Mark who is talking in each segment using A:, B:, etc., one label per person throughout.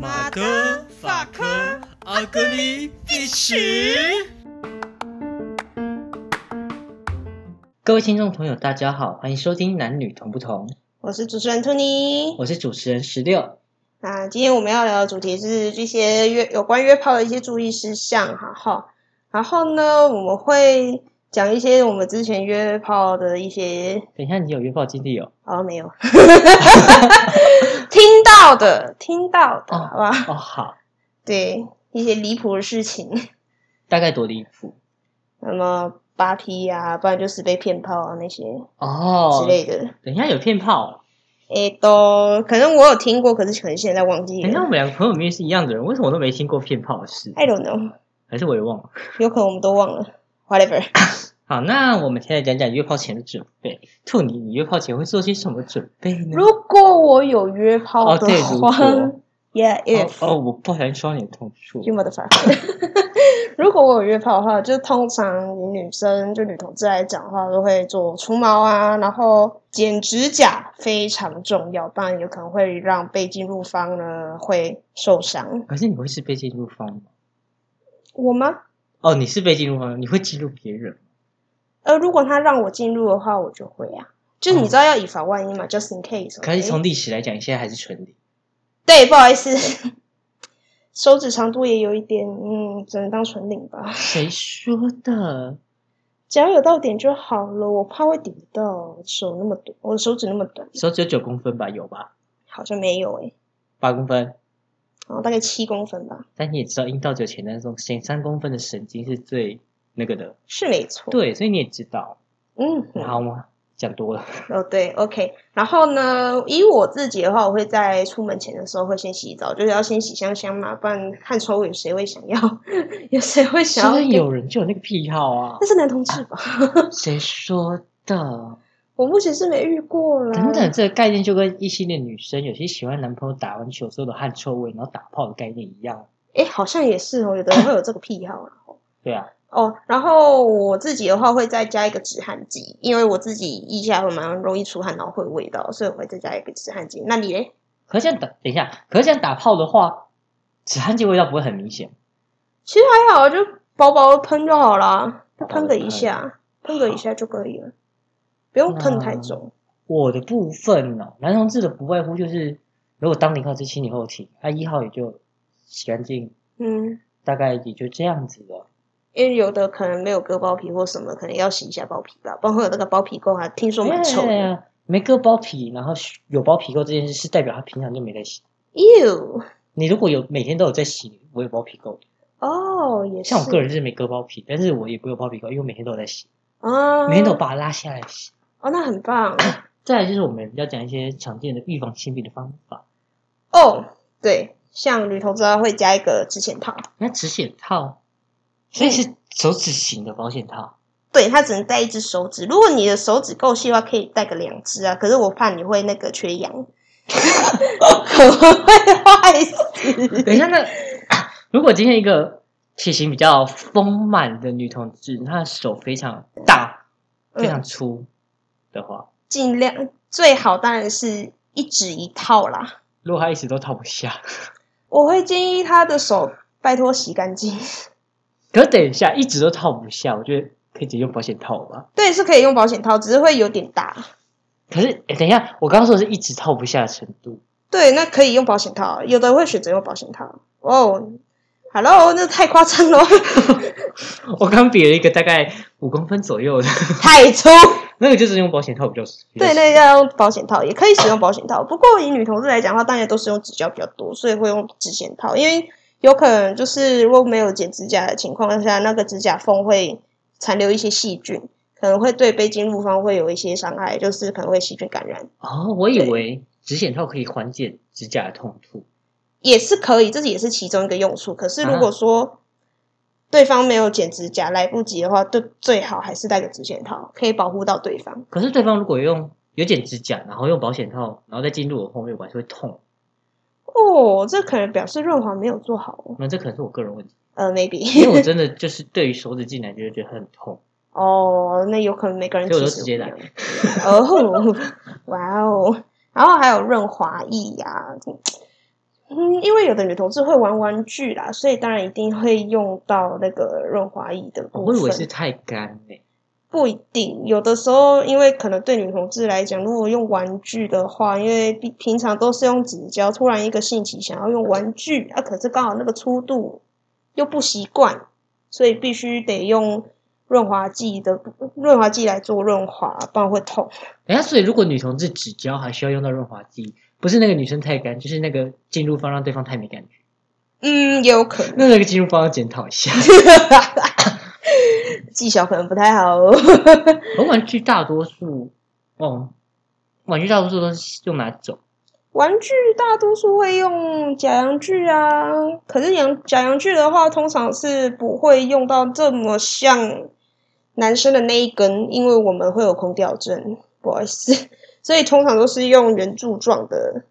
A: 马德法科阿格里历史。
B: 各位听众朋友，大家好，欢迎收听《男女同不同》，
C: 我是主持人兔妮。
B: 我是主持人十六。
C: 那今天我们要聊的主题是这些约有关约炮的一些注意事项，哈哈。然后呢，我们会讲一些我们之前约炮的一些
B: 等一下，你有约炮经历哦？
C: 哦，没有， 听到的，听到的，好吧？
B: 哦，好，
C: 对，一些离谱的事情，
B: 大概多离谱
C: 那么八 P 啊，不然就是被骗炮啊那些
B: 哦
C: 之类的。
B: 等一下有骗炮哦，
C: 诶，都可能我有听过，可是可能现在忘记
B: 等一哎下我
C: 了。
B: 们两个朋友明明是一样的人，为什么我都没听过骗炮的事？
C: I don't know，
B: 还是我也忘了。
C: 有可能我们都忘了。Whatever。
B: 好，那我们现在讲讲约炮前的准备。兔你，你约炮前会做些什么准备呢？
C: 如果我有约炮
B: 嗯哦，
C: 的
B: 对，如果
C: 话、
B: 哦
C: y e a h if、
B: 哦，我不小心说到你的痛处
C: you motherfucker，如 果我有约炮的话，就通常以女生就女同志来讲的话，都会做除毛啊，然后剪指甲非常重要，不然有可能会让被进入方呢会受伤。
B: 可是你会是被进入方吗？
C: 我吗？
B: 哦，你是被进入方，你会进入别人吗？
C: 呃，如果他让我进入的话，我就会啊。就是你知道要以防万一嘛、j u s t in case、
B: 可是从历史来讲，你现在还是纯零。
C: 对，不好意思， 手指长度也有一点，嗯，只能当唇领吧。
B: 谁说的？
C: 只要有到点就好了，我怕会顶到手那么短，我手指那么短，
B: 手只有九公分吧，有吧？
C: 好像没有诶、
B: 八公分。
C: 好，大概七公分吧，
B: 但你也知道，阴道只有前三中前三公分的神经是最那个的。
C: 是没错。，
B: 对，所以你也知道。
C: 嗯，
B: 然后吗？讲多了。
C: 哦对，OK。然后呢，以我自己的话，我会在出门前的时候会先洗澡，就是要先洗香香嘛，不然汗臭味有谁会想要？ 有谁会想
B: 所
C: 要
B: 以？有人就有那个癖好 啊
C: 那？是男同志吧？
B: 谁说的？
C: 我目前是没遇过啦。
B: 等等，这个概念就跟异性恋女生有些喜欢男朋友打完球之后的汗臭味，然后打炮的概念一样。
C: 哎，好像也是哦，有的人会有这个癖好啊。
B: 对啊，
C: 哦，然后我自己的话会再加一个止汗剂，因为我自己腋下会蛮容易出汗，然后会有味道，所以我会再加一个止汗剂。那你嘞？
B: 可是这样打，等一下，可是这样打炮的话，止汗剂味道不会很明显。
C: 其实还好，就薄薄的喷就好啦，就
B: 薄薄
C: 喷
B: 地
C: 个
B: 喷
C: 一下，喷个一下就可以了，不用喷太重。
B: 我的部分呢、男同志的不外乎就是，如果当零号是清理后庭，那、一号也就洗干净，
C: 嗯，
B: 大概也就这样子了。
C: 因为有的可能没有割包皮或什么，可能要洗一下包皮吧，包括有那个包皮垢还啊听说蛮臭的。
B: 啊，没割包皮，然后有包皮垢这件事是代表他平常就没在洗。
C: 哟，
B: 你如果有每天都有在洗，我有包皮垢。
C: 哦，也是。
B: 像我个人是没割包皮，但是我也不有包皮垢，因为我每天都有在洗，
C: 啊，
B: 每天都有把它拉下来洗。
C: 哦，那很棒
B: 再来就是我们要讲一些常见的预防性病的方法。
C: 哦。对，像女同志啊会加一个指前套。
B: 那止血套，所以是手指型的保险套。
C: 对，它只能带一只手指。如果你的手指够细的话，可以带个两只啊。可是我怕你会那个缺 氧，可能会坏死。
B: 等一下，那如果今天一个体型比较丰满的女同志，她的手非常大、非常
C: 嗯，
B: 粗的话，
C: 尽量最好当然是一指一套啦。
B: 如果她一直都套不下，
C: 我会建议他的手拜托洗干 净。
B: 可是等一下一直都套不下，我觉得可以直接用保险套吧。
C: 对，是可以用保险套，只是会有点大。
B: 可是、诶等一下，我刚刚说的是一直套不下的程度，
C: 对，那可以用保险套，有的会选择用保险套。哦，Hello，那太夸张了，
B: 我刚比了一个大概五公分左右的，
C: 太粗。
B: 那个就是用保险套比较比较
C: 对，那要用保险套，也可以使用保险套。不过以女同志来讲的话，大家都是用指甲比较多，所以会用指甲套，因为有可能就是如果没有剪指甲的情况下，那个指甲缝会残留一些细菌，可能会对被进入方会有一些伤害，就是可能会细菌感染，
B: 哦，我以为指险套可以缓解指甲的痛处。
C: 也是可以，这也是其中一个用处。可是如
B: 嗯
C: 果说对方没有剪指甲来不及的话，对最好还是戴个指甲套，可以保护到对方。
B: 可是对方如果用有剪指甲，然后用保险套，然后再进入我后面，我还是会痛。
C: 哦，这可能表示润滑没有做好哦。
B: 那这可能是我个人问题，
C: 呃
B: 因为
C: ，maybe
B: 我真的就是对于手指进来就会觉得很痛。
C: 哦，那有可能每个人
B: 所以我
C: 其
B: 都
C: 实
B: 直
C: 不一
B: 接来
C: 样。哦，哇哦，然后还有润滑液呀、嗯，因为有的女同志会玩玩具啦，所以当然一定会用到那个润滑液的部
B: 哦我
C: 分。
B: 以为是太干欸呢、
C: 不一定，有的时候因为可能对女同志来讲，如果用玩具的话，因为平平常都是用纸胶，突然一个性起想要用玩具，啊，可是刚好那个粗度又不习惯，所以必须得用润滑剂的润滑剂来做润滑，不然会痛。
B: 等一哎下，所以如果女同志指交还需要用到润滑剂，不是那个女生太干，就是那个进入方让对方太没感觉。
C: 嗯，也有可能。
B: 那那个进入方要检讨一下。
C: 技巧可能不太好哦。
B: 而玩具大多数，哦，玩具大多数都是用哪种？
C: 玩具大多数会用假洋具啊，可是洋假洋具的话，通常是不会用到这么像男生的那一根，因为我们会有空调症， 不好意思，所以通常都是用圆柱状的，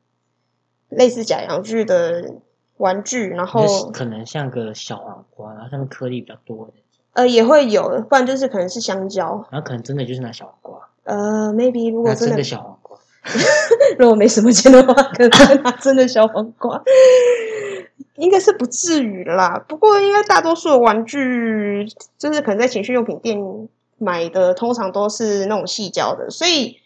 C: 类似假洋具的玩具，然
B: 就是
C: 后
B: 可能像个小黄瓜，然后上面颗粒比较多的，
C: 呃也会有，不然就是可能是香蕉，
B: 然后可能真的就是拿小黄瓜，
C: 呃，maybe 如果
B: 拿
C: 真
B: 真
C: 的
B: 的小黄瓜。
C: 如果没什么钱的话，可能会拿真的小黄瓜， 应该是不至于啦。不过，应该大多数的玩具，就是可能在情趣用品店买的，通常都是那种细胶的。所以，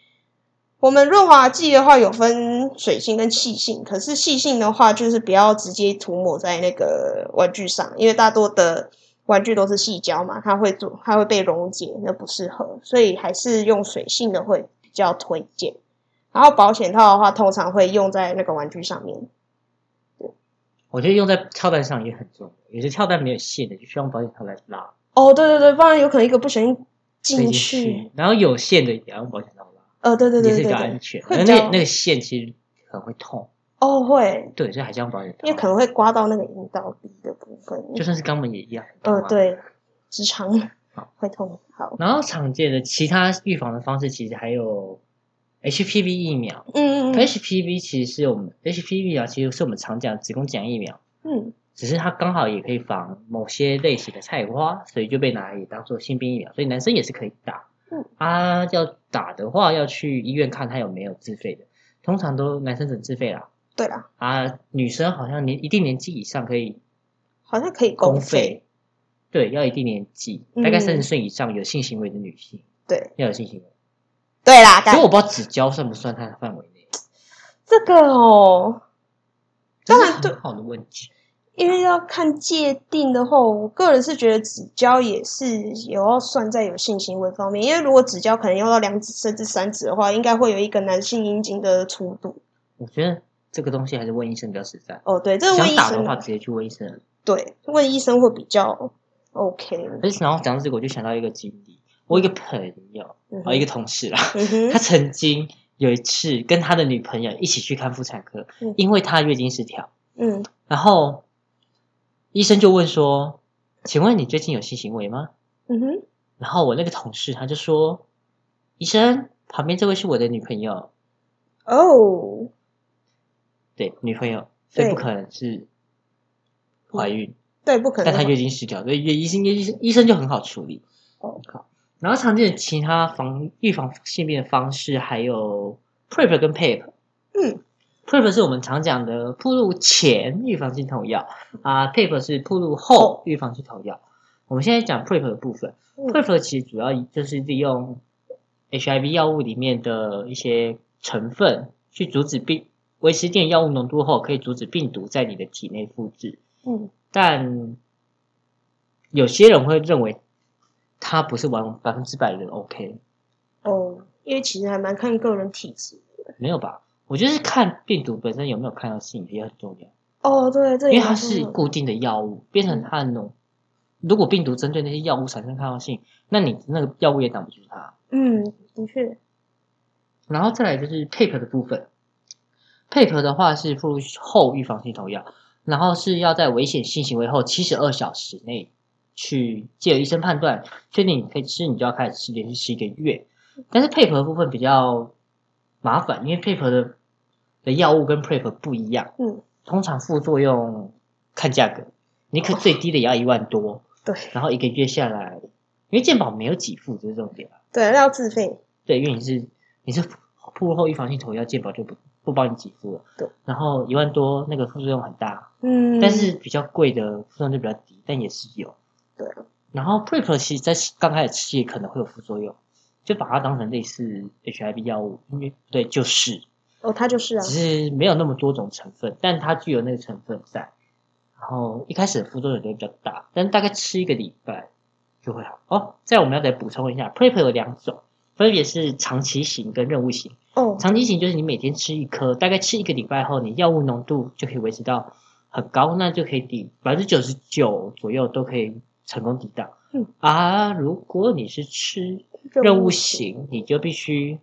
C: 我们润滑剂的话有分水性跟气性，可是气性的话，就是不要直接涂抹在那个玩具上，因为大多的。玩具都是细胶嘛，它会做，它会被溶解，那不适合，所以还是用水性的会比较推荐。然后保险套的话，通常会用在那个玩具上面。
B: 我觉得用在跳蛋上也很重要，有些跳蛋没有线的，就需要用保险套来拉
C: 哦，对对对，不然有可能一个不小心进
B: 进
C: 去。
B: 去，然后有线的也要用保险套拉，
C: 呃，对对
B: 也
C: 对
B: 是
C: 对
B: 比
C: 对
B: 较安全。
C: 会
B: 那
C: 比
B: 那
C: 较
B: 个那个线其实很会痛，
C: 哦会，
B: 对，所以还是要用保险套。
C: 因为可能会刮到那个阴道壁的部分。
B: 就算是肛门也一样。
C: 呃，
B: 对。
C: 对，直肠
B: 好
C: 会痛。好，
B: 然后常见的其他预防的方式，其实还有 HPV 疫苗。
C: 嗯嗯嗯
B: HPV 其实是我们 HPV 疫苗，其实是我们常讲的子宫颈癌疫苗，
C: 嗯，
B: 只是它刚好也可以防某些类型的菜花，所以就被拿来也当做性病疫苗，所以男生也是可以打。
C: 嗯，
B: 啊，要打的话要去医院看他有没有自费的，通常都男生只能自费啦。
C: 对啦，
B: 啊，女生好像年一定年纪以上可以
C: 好像可以
B: 公
C: 公费。
B: 费，对，要一定年纪，大
C: 嗯
B: 概三十岁以上有性行为的女性
C: 对
B: 要有性行为。
C: 对啦，干
B: 所以我不知道纸胶算不算它的范围内，
C: 这个哦，当然
B: 这是很好的问题。
C: 因为要看界定的话，我个人是觉得指交也是有要算在有性行为方面，因为如果指交可能用到两指甚至三指的话，应该会有一个男性阴茎的粗度。
B: 我觉得这个东西还是问医生比较实在。
C: 哦，对，这个问
B: 想
C: 医
B: 打的话，
C: 生，
B: 直接去问医生。
C: 对，问医生会比较 OK。嗯
B: 而且然后讲到这个，我就想到一个经历，我一个朋友
C: 嗯
B: 啊，一
C: 哼
B: 个同事啦，
C: 嗯哼
B: 他曾经有一次跟他的女朋友一起去看妇产科
C: 嗯，
B: 因为他月经失调，
C: 嗯，
B: 然后医生就问说：“请问你最近有性行为吗
C: 嗯哼，？”
B: 然后我那个同事他就说：“医生，旁边这位是我的女朋友。”
C: 哦，
B: 对，女朋友，所以
C: 对
B: 不可能是怀孕，
C: 对，不可
B: 但
C: 能
B: 她月经失调，所以月医生医生医生就很好处理。
C: 哦
B: 好，然后常见的其他防预防性病的方式还有 PrEP 跟 PEP。
C: 嗯
B: ，PrEP 是我们常讲的铺路前预防性投药啊，PEP 是铺路后预防性投药。我们现在讲 PrEP 的部分、
C: 嗯
B: p r e p 其实主要就是利用 HIV 药物里面的一些成分去阻止病维持一定的药物浓度后，可以阻止病毒在你的体内复制。
C: 嗯，
B: 但有些人会认为它不是完百分之百的 OK，
C: 哦，因为其实还蛮看个人体质。
B: 没有吧？我觉得是看病毒本身有没有看到性也很重要，
C: 哦，对，这
B: 因
C: 也
B: 为它
C: 蛮
B: 是
C: 重要的
B: 固定的药物，变成它的浓。如果病毒针对那些药物产生抗药性，那你那个药物也挡不住它。
C: 嗯，的确，
B: 然后再来就是 PEP 的部分，PEP 的话是附后预防性投药，然后是要在危险性行为后七十二小时内去借由医生判断，确定你可以吃，你就要开始吃，连续吃一个月。但是 PEP 的部分比较麻烦，因为 PEP 的的药物跟 PrEP 不一样，
C: 嗯，
B: 通常副作用看价格，你可最低的也要一万多，
C: 对，
B: 然后一个月下来因为健保没有给付，这是重点啊。
C: 对，那要自费。对，
B: 因为你是你是铺后预防性投药，健保就不不帮你给付了。
C: 对，
B: 然后一万多那个副作用很大，
C: 嗯，
B: 但是比较贵的副作用就比较低，但也是有。
C: 对，
B: 然后 Prep 其实在刚开始吃也可能会有副作用，就把它当成类似 HIV 药物，因为对就是，
C: 哦，他就是啊，
B: 只是没有那么多种成分，但它具有那个成分在。然后一开始的副作用就会比较大，但大概吃一个礼拜就会好。哦，再我们要再补充一下，Prep 有两种，分别是长期型跟任务型。
C: 哦，
B: 长期型就是你每天吃一颗，大概吃一个礼拜后，你药物浓度就可以维持到很高，那就可以抵百分之九十九左右都可以成功抵挡。
C: 嗯
B: 啊，如果你是吃任务，型，你就必须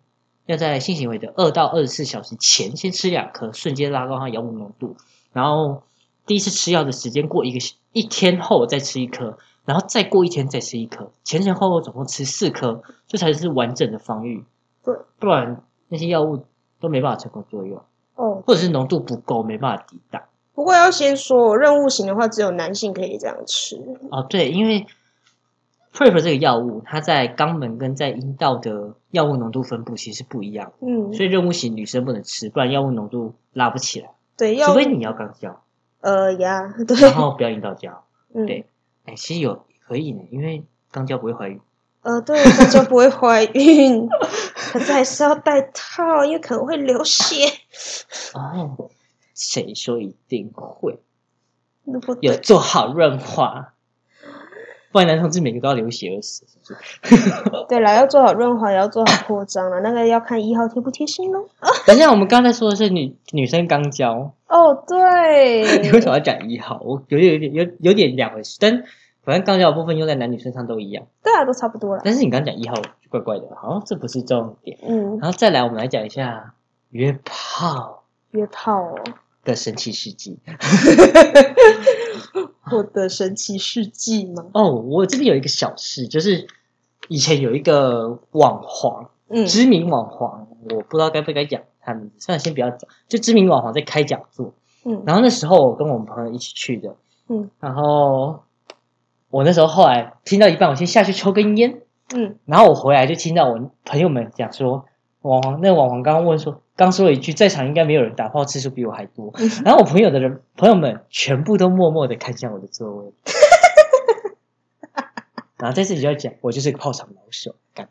B: 要在性行为的二到二十四小时前先吃两颗，瞬间拉高它药物浓度，然后第一次吃药的时间过一个一天后再吃一颗，然后再过一天再吃一颗，前前后后总共吃四颗，这才是完整的防御。
C: 对，
B: 不然那些药物都没办法成功作用，
C: 哦，
B: 或者是浓度不够没办法抵挡。
C: 不过要先说，任务型的话，只有男性可以这样吃。
B: 哦，对，因为 PrEP 这个药物，它在肛门跟在阴道的药物浓度分布其实是不一样的。
C: 嗯，
B: 所以任务型女生不能吃，不然药物浓度拉不起来，
C: 对，要
B: 除非你要肛交，
C: 呃呀，对，
B: 然后不要阴道交。
C: 嗯，
B: 对，哎，其实有可以呢，因为肛交不会怀孕。
C: 呃，对，那就不会怀 孕，可是还是要戴套，因为可能会流血。
B: 哦，谁说一定会？
C: 那嗯不对
B: 有做好润滑，不然男同志每个都要流血而死，是不是？
C: 对啦，要做好润滑，也要做好扩张了，那个要看一号贴不贴心喽。
B: 等一下，我们刚才说的是女女生肛交，
C: 哦，
B: 你为什
C: 对，
B: 么要讲一号？我有点有点有有点两回事，但反正肛交的部分用在男女身上都一样。
C: 对啊，都差不 多了。
B: 但是你刚刚讲一号怪怪的，好像这不是重点。
C: 嗯，
B: 然后再来，我们来讲一下约炮
C: 约炮哦，
B: 的神奇事迹。
C: 我的神奇事迹吗？
B: 哦，我这边有一个小事，就是以前有一个网黄，
C: 嗯，
B: 知名网黄，我不知道该不该讲他名字，算了，先不要讲。就知名网黄在开讲座，
C: 嗯
B: 然后那时候我跟我们朋友一起去的，
C: 嗯，
B: 然后我那时候后来听到一半，我先下去抽根烟，
C: 嗯，
B: 然后我回来就听到我朋友们讲说，网黄那个网黄刚刚问说，刚说了一句，在场应该没有人打炮次数比我还多。
C: 嗯
B: 然后我朋友的人朋友们全部都默默的看向我的 座位。然后在这里就要讲，我就是个炮场老手。干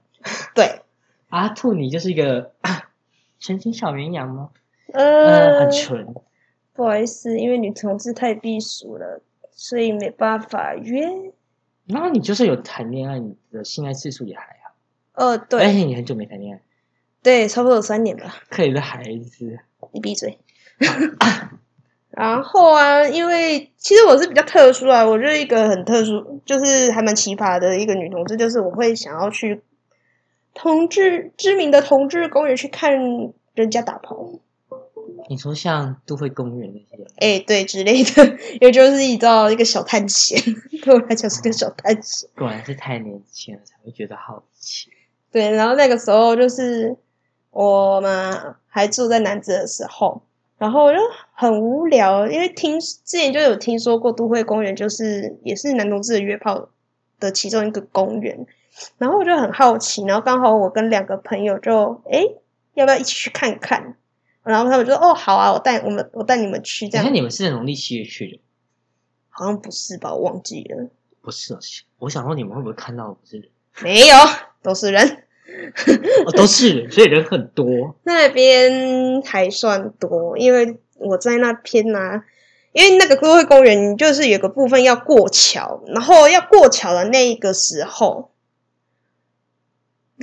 C: 对，
B: 阿兔，你就是一个 啊纯情小绵羊吗？
C: 呃
B: 嗯，很纯。
C: 不好意思，因为女同志太避暑了，所以没办法约。
B: 然后你就是有谈恋爱，你的性爱次数也还好，
C: 呃，对、
B: 而且你很久没谈恋爱，
C: 对，差不多有三年吧。
B: 可怜的孩子。
C: 你闭嘴。然后啊，因为其实我是比较特殊啊，我就是一个很特殊，就是还蛮奇葩的一个女同志，就是我会想要去同志知名的同志公园去看人家打炮，
B: 你说像都会公园那些人，
C: 哎，对之类的， 也就是你知道一个小探险， 对我来讲是个小探险。
B: 果然是太年轻了才会觉得好奇。
C: 对，然后那个时候就是我们还住在南子的时候，然后就很无聊，因为听之前就有听说过都会公园，就是也是男同志的约炮的其中一个公园，然后我就很好奇，然后刚好我跟两个朋友就诶要不要一起去看看？然后他们就说哦好啊，我带我们我带你们去这
B: 你
C: 样
B: 看，你们是农历七月去的，
C: 好像不是吧？我忘记了，
B: 不是哦？我想说你们会不会看到的不是人？
C: 没有，都是人。
B: 哦，都是人，所以人很多。
C: 那边还算多，因为我在那边呢、因为那个都会公园就是有个部分要过桥，然后要过桥的那一个时候，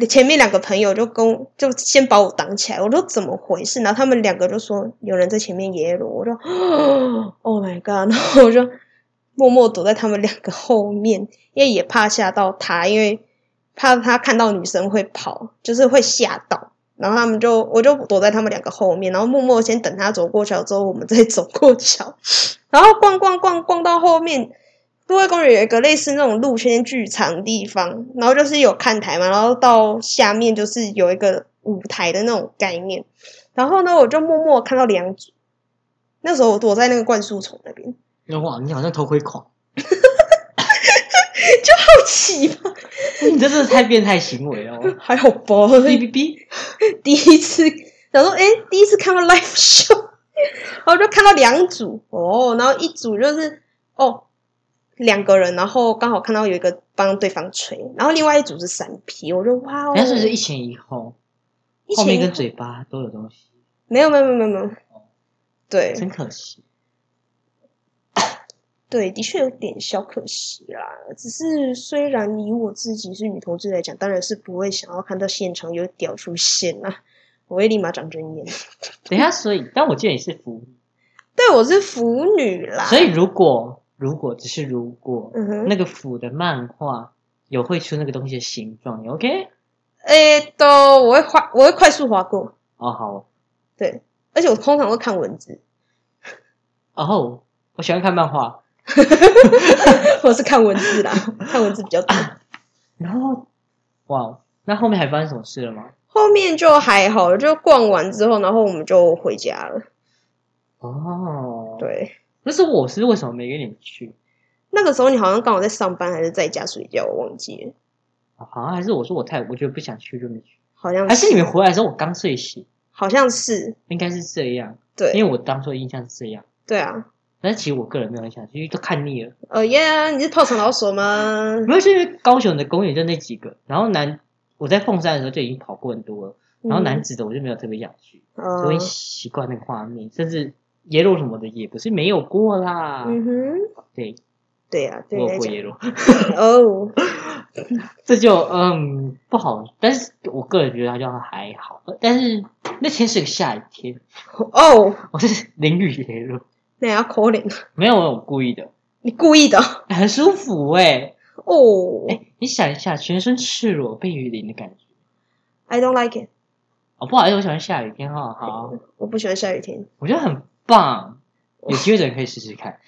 C: 前面两个朋友就跟我就先把我挡起来，我说怎么回事？然后他们两个就说有人在前面耶鲁，我就 Oh my god！然后我就默默躲在他们两个后面，因为也怕吓到他，因为怕他看到女生会跑，就是会吓到。然后他们就我就躲在他们两个后面，然后默默先等他走过桥之后，我们再走过桥。然后逛逛逛逛到后面，都会公园有一个类似那种露天剧场的地方，然后就是有看台嘛，然后到下面就是有一个舞台的那种概念。然后呢，我就默默看到两组，那时候我躲 在那个灌树丛那边，
B: 哇，你好像偷窥狂。
C: 就好奇吧？
B: 你这是太变态行为了哦。
C: 还好吧，
B: 哔哔哔，
C: 第一次 想说，哎、第一次看到 live show，然后就看到两组哦，然后一组就是哦两个人，然后刚好看到有一个帮对方吹，然后另外一组是闪皮，我就哇哦，
B: 人家是不是一前一后，
C: 一
B: 后
C: 前
B: 面
C: 一
B: 跟
C: 后
B: 嘴巴都有东西，
C: 没有没有没有没有没有，对
B: 真可惜。
C: 对，的确有点小可惜啦。只是虽然以我自己是女同志来讲，当然是不会想要看到现场有屌出现啦，我会立马长针眼。
B: 等一下，所以但我记得你是腐女，
C: 对，我是腐女啦，
B: 所以如果如果只是如果
C: 嗯哼
B: 那个腐的漫画有绘出那个东西的形状，你 OK？
C: 诶、都我会划，我会快速划过，
B: 哦好，
C: 对，而且我通常会看文字，
B: 哦吼我喜欢看漫画，
C: 我是看文字啦， 看文字比较多。
B: 然后哇，那后面还发生什么事了吗？
C: 后面就还好，就逛完之后，然后我们就回家了。
B: 哦，，
C: 对，
B: 那是我是为什么没跟你们去？
C: 那个时候你好像刚好在上班还是在家睡觉，我忘记了，
B: 好像还是我说我太我觉得不想去就没去，
C: 好像
B: 还是你们回来的时候我刚睡醒，
C: 好像是
B: 应该是这样，
C: 对
B: 因为我当初的印象是这样，
C: 对啊，
B: 但是其实我个人没有很想去，因为都看腻了。
C: 呃耶，你是泡成老鼠 吗？
B: 没有，是因为高雄的公园就那几个，然后南我在凤山的时候就已经跑过很多了，然后南子的我就没有特别想去，
C: 嗯，
B: 所
C: 呃
B: 以习惯那个画面，甚至耶鲁什么的也不是没有过啦。
C: 嗯哼，
B: 对，
C: 对啊，
B: 我
C: 对你
B: 有
C: 来
B: 过
C: 讲
B: 耶鲁，
C: 哦，
B: 这就嗯不好，但是我个人觉得它就还好，但是那天是个下雨天，
C: 哦，
B: 我是淋雨耶鲁，
C: 那也要口令，
B: 没有我故意的，
C: 你故意的
B: 很舒服哎、
C: 哦
B: 哎、你想一下，全身赤裸被雨淋的感觉。
C: ，I don't like it，
B: 哦，不好意思，我喜欢下雨天哈。好，
C: 我不喜欢下雨天。
B: 我觉得很棒，有机会的人可以试试看，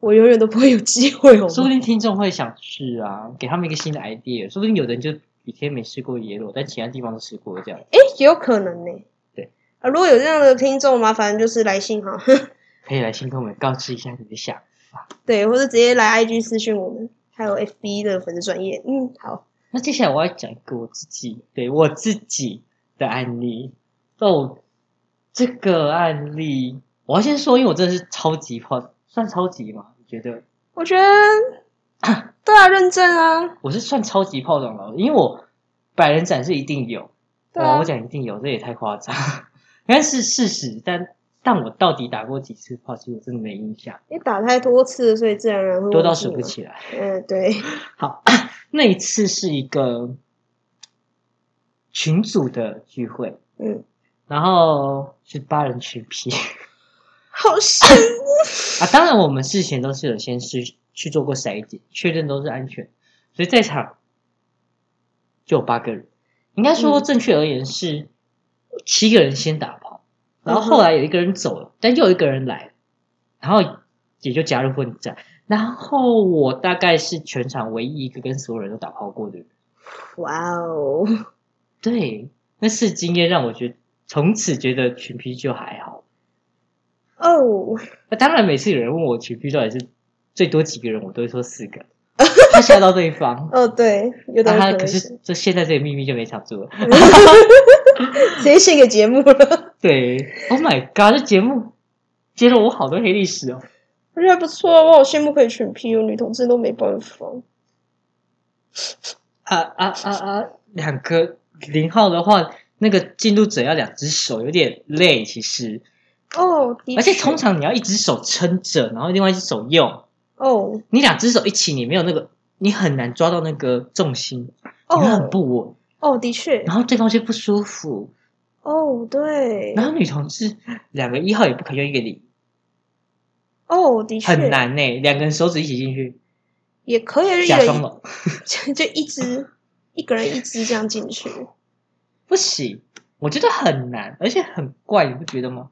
C: 我永远都不会有机会哦。
B: 说不定听众会想试啊，给他们一个新的 idea，说不定有的人就雨天没试过野裸，但其他地方都试过这样。
C: 哎、也有可能呢、
B: 对
C: 啊，如果有这样的听众，麻烦就是来信哈，
B: 可以来信跟我们告知一下你的想法。
C: 对，或者直接来 IG 私讯我们，还有 FB 的粉丝专业。嗯，好，
B: 那接下来我要讲一个我自己对我自己的案例哦，这个案例我要先说，因为我真的是超级泡，算超级吗？你觉得？
C: 我觉得对啊，认真啊，
B: 我是算超级炮仗了，因为我百人展是一定有，
C: 对啊
B: 哦哇，我讲一定有，这也太夸张， 但是事实，但但我到底打过几次炮，其实我真的没印象，
C: 你打太多次，所以自然而然会
B: 多到
C: 忘记
B: 数不
C: 嘛。
B: 起来。
C: 嗯、对，
B: 好， 那一次是一个群组的聚会，
C: 嗯，
B: 然后是八人群 批
C: 好幸福。
B: 啊，当然我们事前都是有先是去做过筛检，确认都是安全，所以在场就有八个人，应该说
C: 嗯
B: 正确而言是七个人先打炮，然后后来有一个人走了，但又有一个人来，然后也就加入混战。然后我大概是全场唯一一个跟所有人都打炮过的人，
C: 哇哦，
B: 对，那次经验让我觉得从此觉得群批就还好。
C: 哦，
B: 那当然，每次有人问我群批到底是最多几个人，我都会说四个，怕吓到对方。
C: 哦， 对，嗯有的
B: 那
C: 人可
B: 他啊可
C: 能
B: 是这现在这个秘密就没藏住了。
C: 直接献给节目了，
B: 对，Oh my god，这节目揭露我好多黑历史哦。
C: 我觉得还不错啊，我好羡慕可以选 PU 女同志都没办法。
B: 啊啊啊啊！两个零号的话，那个进入者要两只手，有点累其实。
C: 哦，的
B: 而且
C: 确
B: 通常你要一只手撑着，然后另外一只手用，
C: 哦
B: 你两只手一起，你没有那个，你很难抓到那个重心，你会很
C: 哦
B: 不稳，
C: 哦，的确
B: 然后对方就不舒服。
C: 哦，对
B: 然后女同志两个一号也不可以用一个零，
C: 哦，的确
B: 很，难呢、两个人手指一起进去，
C: 也可以就
B: 假
C: 一
B: 双
C: 人
B: 了，
C: 就就一 只一个人一只这样进去，
B: 不行，我觉得很难，而且很怪，你不觉得吗？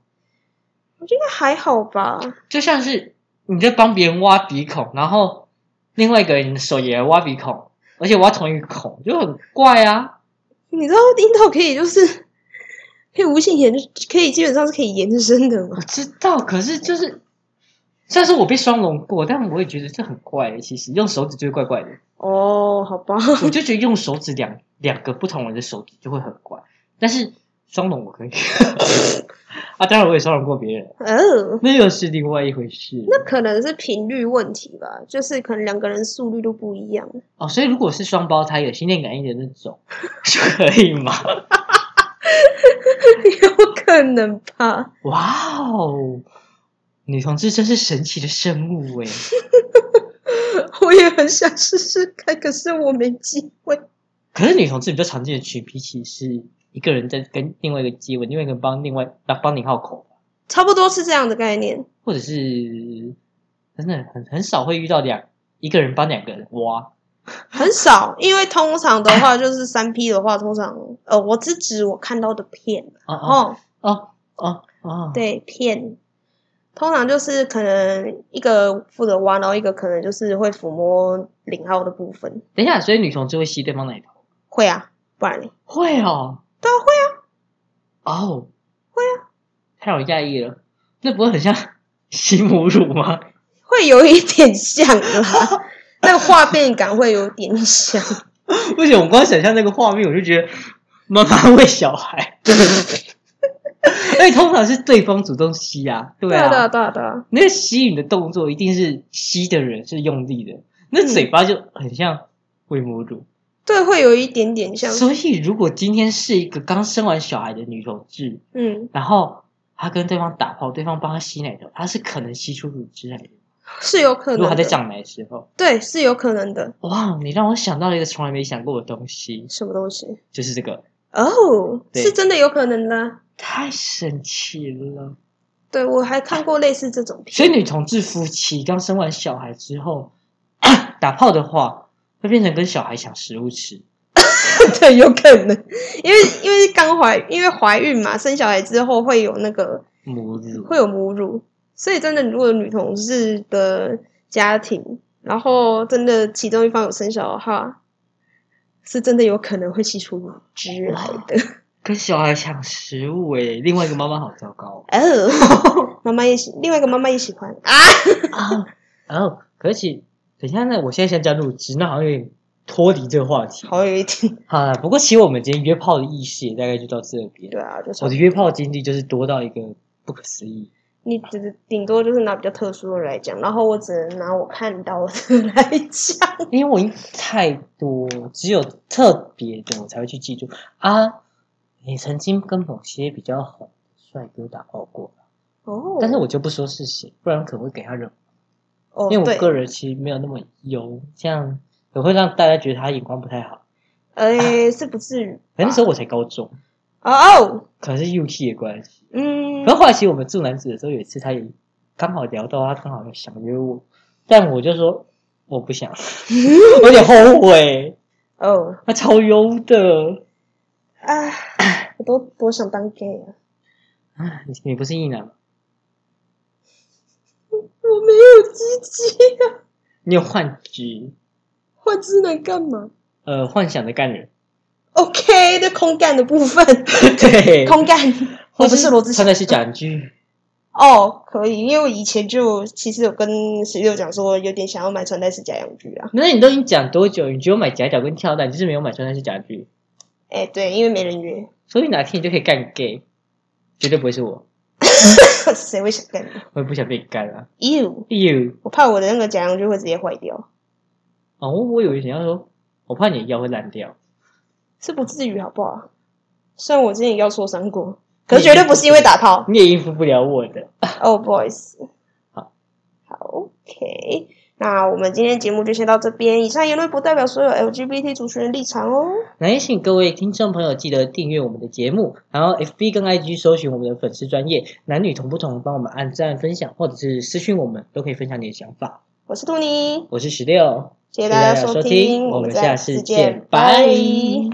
C: 我觉得还好吧。
B: 就像是你在帮别人挖鼻孔，然后另外一个人的手也来挖鼻孔，而且挖同一个孔，就很怪啊。
C: 你知道阴道可以就是可以无限延，可以基本上是可以延伸的嘛
B: 我？知道，可是就是虽然说我被双龙过，但我也觉得这很怪。其实用手指就会怪怪的，
C: 哦，好 吧，
B: 我就觉得用手指两两个不同人的手指就会很怪。但是双龙我可以 啊，当然我也双龙过别人，
C: 嗯，
B: 那又是另外一回事。
C: 那可能是频率问题吧，就是可能两个人速率都不一样。
B: 哦，所以如果是双胞胎有心电感应的那种，就可以吗？
C: 有可能吧？
B: 哇哦，女同志真是神奇的生物哎！
C: 我也很想试试看，可是我没机会。
B: 可是女同志比较常见的群体其实是一个人在跟另外一个接吻，另外一个人帮另外帮帮你号口，
C: 差不多是这样的概念。
B: 或者是真的很很少会遇到两一个人帮两个人挖。
C: 很少，因为通常的话就是三 P 的话，通常呃，我是指我看到的片
B: 哦哦
C: 哦，
B: 哦哦哦，，
C: 对片，通常就是可能一个负责挖，然后一个可能就是会抚摸零号的部分，
B: 等一下，所以女同志会吸对方奶头？
C: 会啊，不然呢
B: 会哦，
C: 对啊会
B: 哦，会啊，太让我讶异了，那不会很像 吸母乳吗？
C: 会有一点像啦，那个画面感会有点像，
B: 不行，我光想象那个画面，我就觉得妈妈喂小孩， 而且通常是对方主动吸啊，对
C: 啊对啊
B: 啊，
C: 对啊对啊，
B: 那个吸吮的动作一定是吸的人是用力的，那嘴巴就很像喂母乳。
C: 对会有一点点像，
B: 所以，如果今天是一个刚生完小孩的女同志，
C: 嗯，
B: 然后她跟对方打炮，对方帮她吸奶头，她是可能吸出乳汁来的。
C: 是有可
B: 如果她
C: 能
B: 在
C: 的，
B: 胀奶的时候，
C: 对是有可能的，
B: 哇，你让我想到了一个从来没想过的东西，
C: 什么东西？
B: 就是这个，
C: 哦，
B: 对
C: 是真的有可能的啊。
B: 太神奇了。
C: 对，我还看过类似这种
B: 所以
C: 片，
B: 女同志夫妻刚生完小孩之后， 打炮的话，会变成跟小孩抢食物吃。
C: 对，有可能， 因为因为刚怀，因为怀孕嘛，生小孩之后会有那个
B: 母乳
C: 会有母乳，所以真的，如果女同志的家庭，然后真的其中一方有生小孩的话，是真的有可能会吸出乳汁来的。
B: 跟小孩抢食物、欸，另外一个妈妈好糟糕
C: 哦， 妈妈也喜，另外一个妈妈也喜欢啊，
B: 哦。 哦，可是其等一下呢，我现在想讲乳汁，那好像有点脱离这个话题。
C: 好有一点，
B: 好了，不过其实我们今天约炮的意识也大概就到这边
C: 对。啊，就
B: 我的
C: 是
B: 约炮经历就是多到一个不可思议。
C: 你只是顶多就是拿比较特殊的来讲，然后我只能拿我看到的 来讲。
B: 因为我已经太多，只有特别的我才会去记住啊。你曾经跟某些比较红的帅哥打炮过，
C: 哦，
B: 但是我就不说是谁，不然可能会给他惹。
C: 哦，
B: 因为我
C: 对
B: 个人其实没有那么油，这样也会让大家觉得他眼光不太好。
C: 呃，是不至于吧。
B: 可能那时候我才高中，
C: 哦哦，
B: 可能是 UK 的关系。
C: 嗯
B: 然，后后来其实我们住男子的时候，有一次他也刚好聊到，他刚好想约我，但我就说我 不想，我有点后悔，
C: 哦，
B: 他超油的。
C: 啊，我都多想当 gay 啊！
B: 啊，你你不是异男吗？
C: 我没有鸡鸡啊，
B: 你有幻肢，
C: 我只能干嘛
B: 呃，幻想的干人，
C: ？OK，那空干的部 分，
B: 对，
C: 空干，我
B: 或
C: 哦不
B: 者
C: 是罗志祥嗯
B: 穿的是假具，
C: 哦，可以，因为我以前就其实有跟十六讲说，有点想要买穿戴式假洋具啊。
B: 那你都已经讲多久？你只有买夹脚跟跳蛋，就是没有买穿的是假具，
C: 哎，对，因为没人 约，
B: 所以哪天你就可以干 gay，绝对不会是我，
C: 谁会想干嘛
B: 我也不想被干啊。
C: ？You，
B: You
C: 我怕我的那个假洋具会直接坏掉，
B: 哦，我以为你要说，我怕你的腰会烂掉，
C: 是不至于好不好？虽然我之前也腰挫伤过，可是绝对不是因为打炮。
B: 你也应付不了我的。
C: 哦、不好意思。
B: 好，
C: 好，OK。那我们今天节目就先到这边。以上言论不代表所有 LGBT 族群的立场哦。
B: 那也请各位听众朋友记得订阅我们的节目，然后 FB 跟 IG 搜寻我们的粉丝专业，男女同不同，帮我们按赞、分享，或者是私讯我们，都可以分享你的想法。
C: 我是兔妮，
B: 我是十六，
C: 谢谢
B: 谢谢大
C: 大
B: 家
C: 家
B: 收
C: 收
B: 听，
C: 听，
B: 我
C: 我
B: 们
C: 们
B: 下
C: 下
B: 次
C: 次
B: 见
C: 见，，
B: 拜
C: 拜。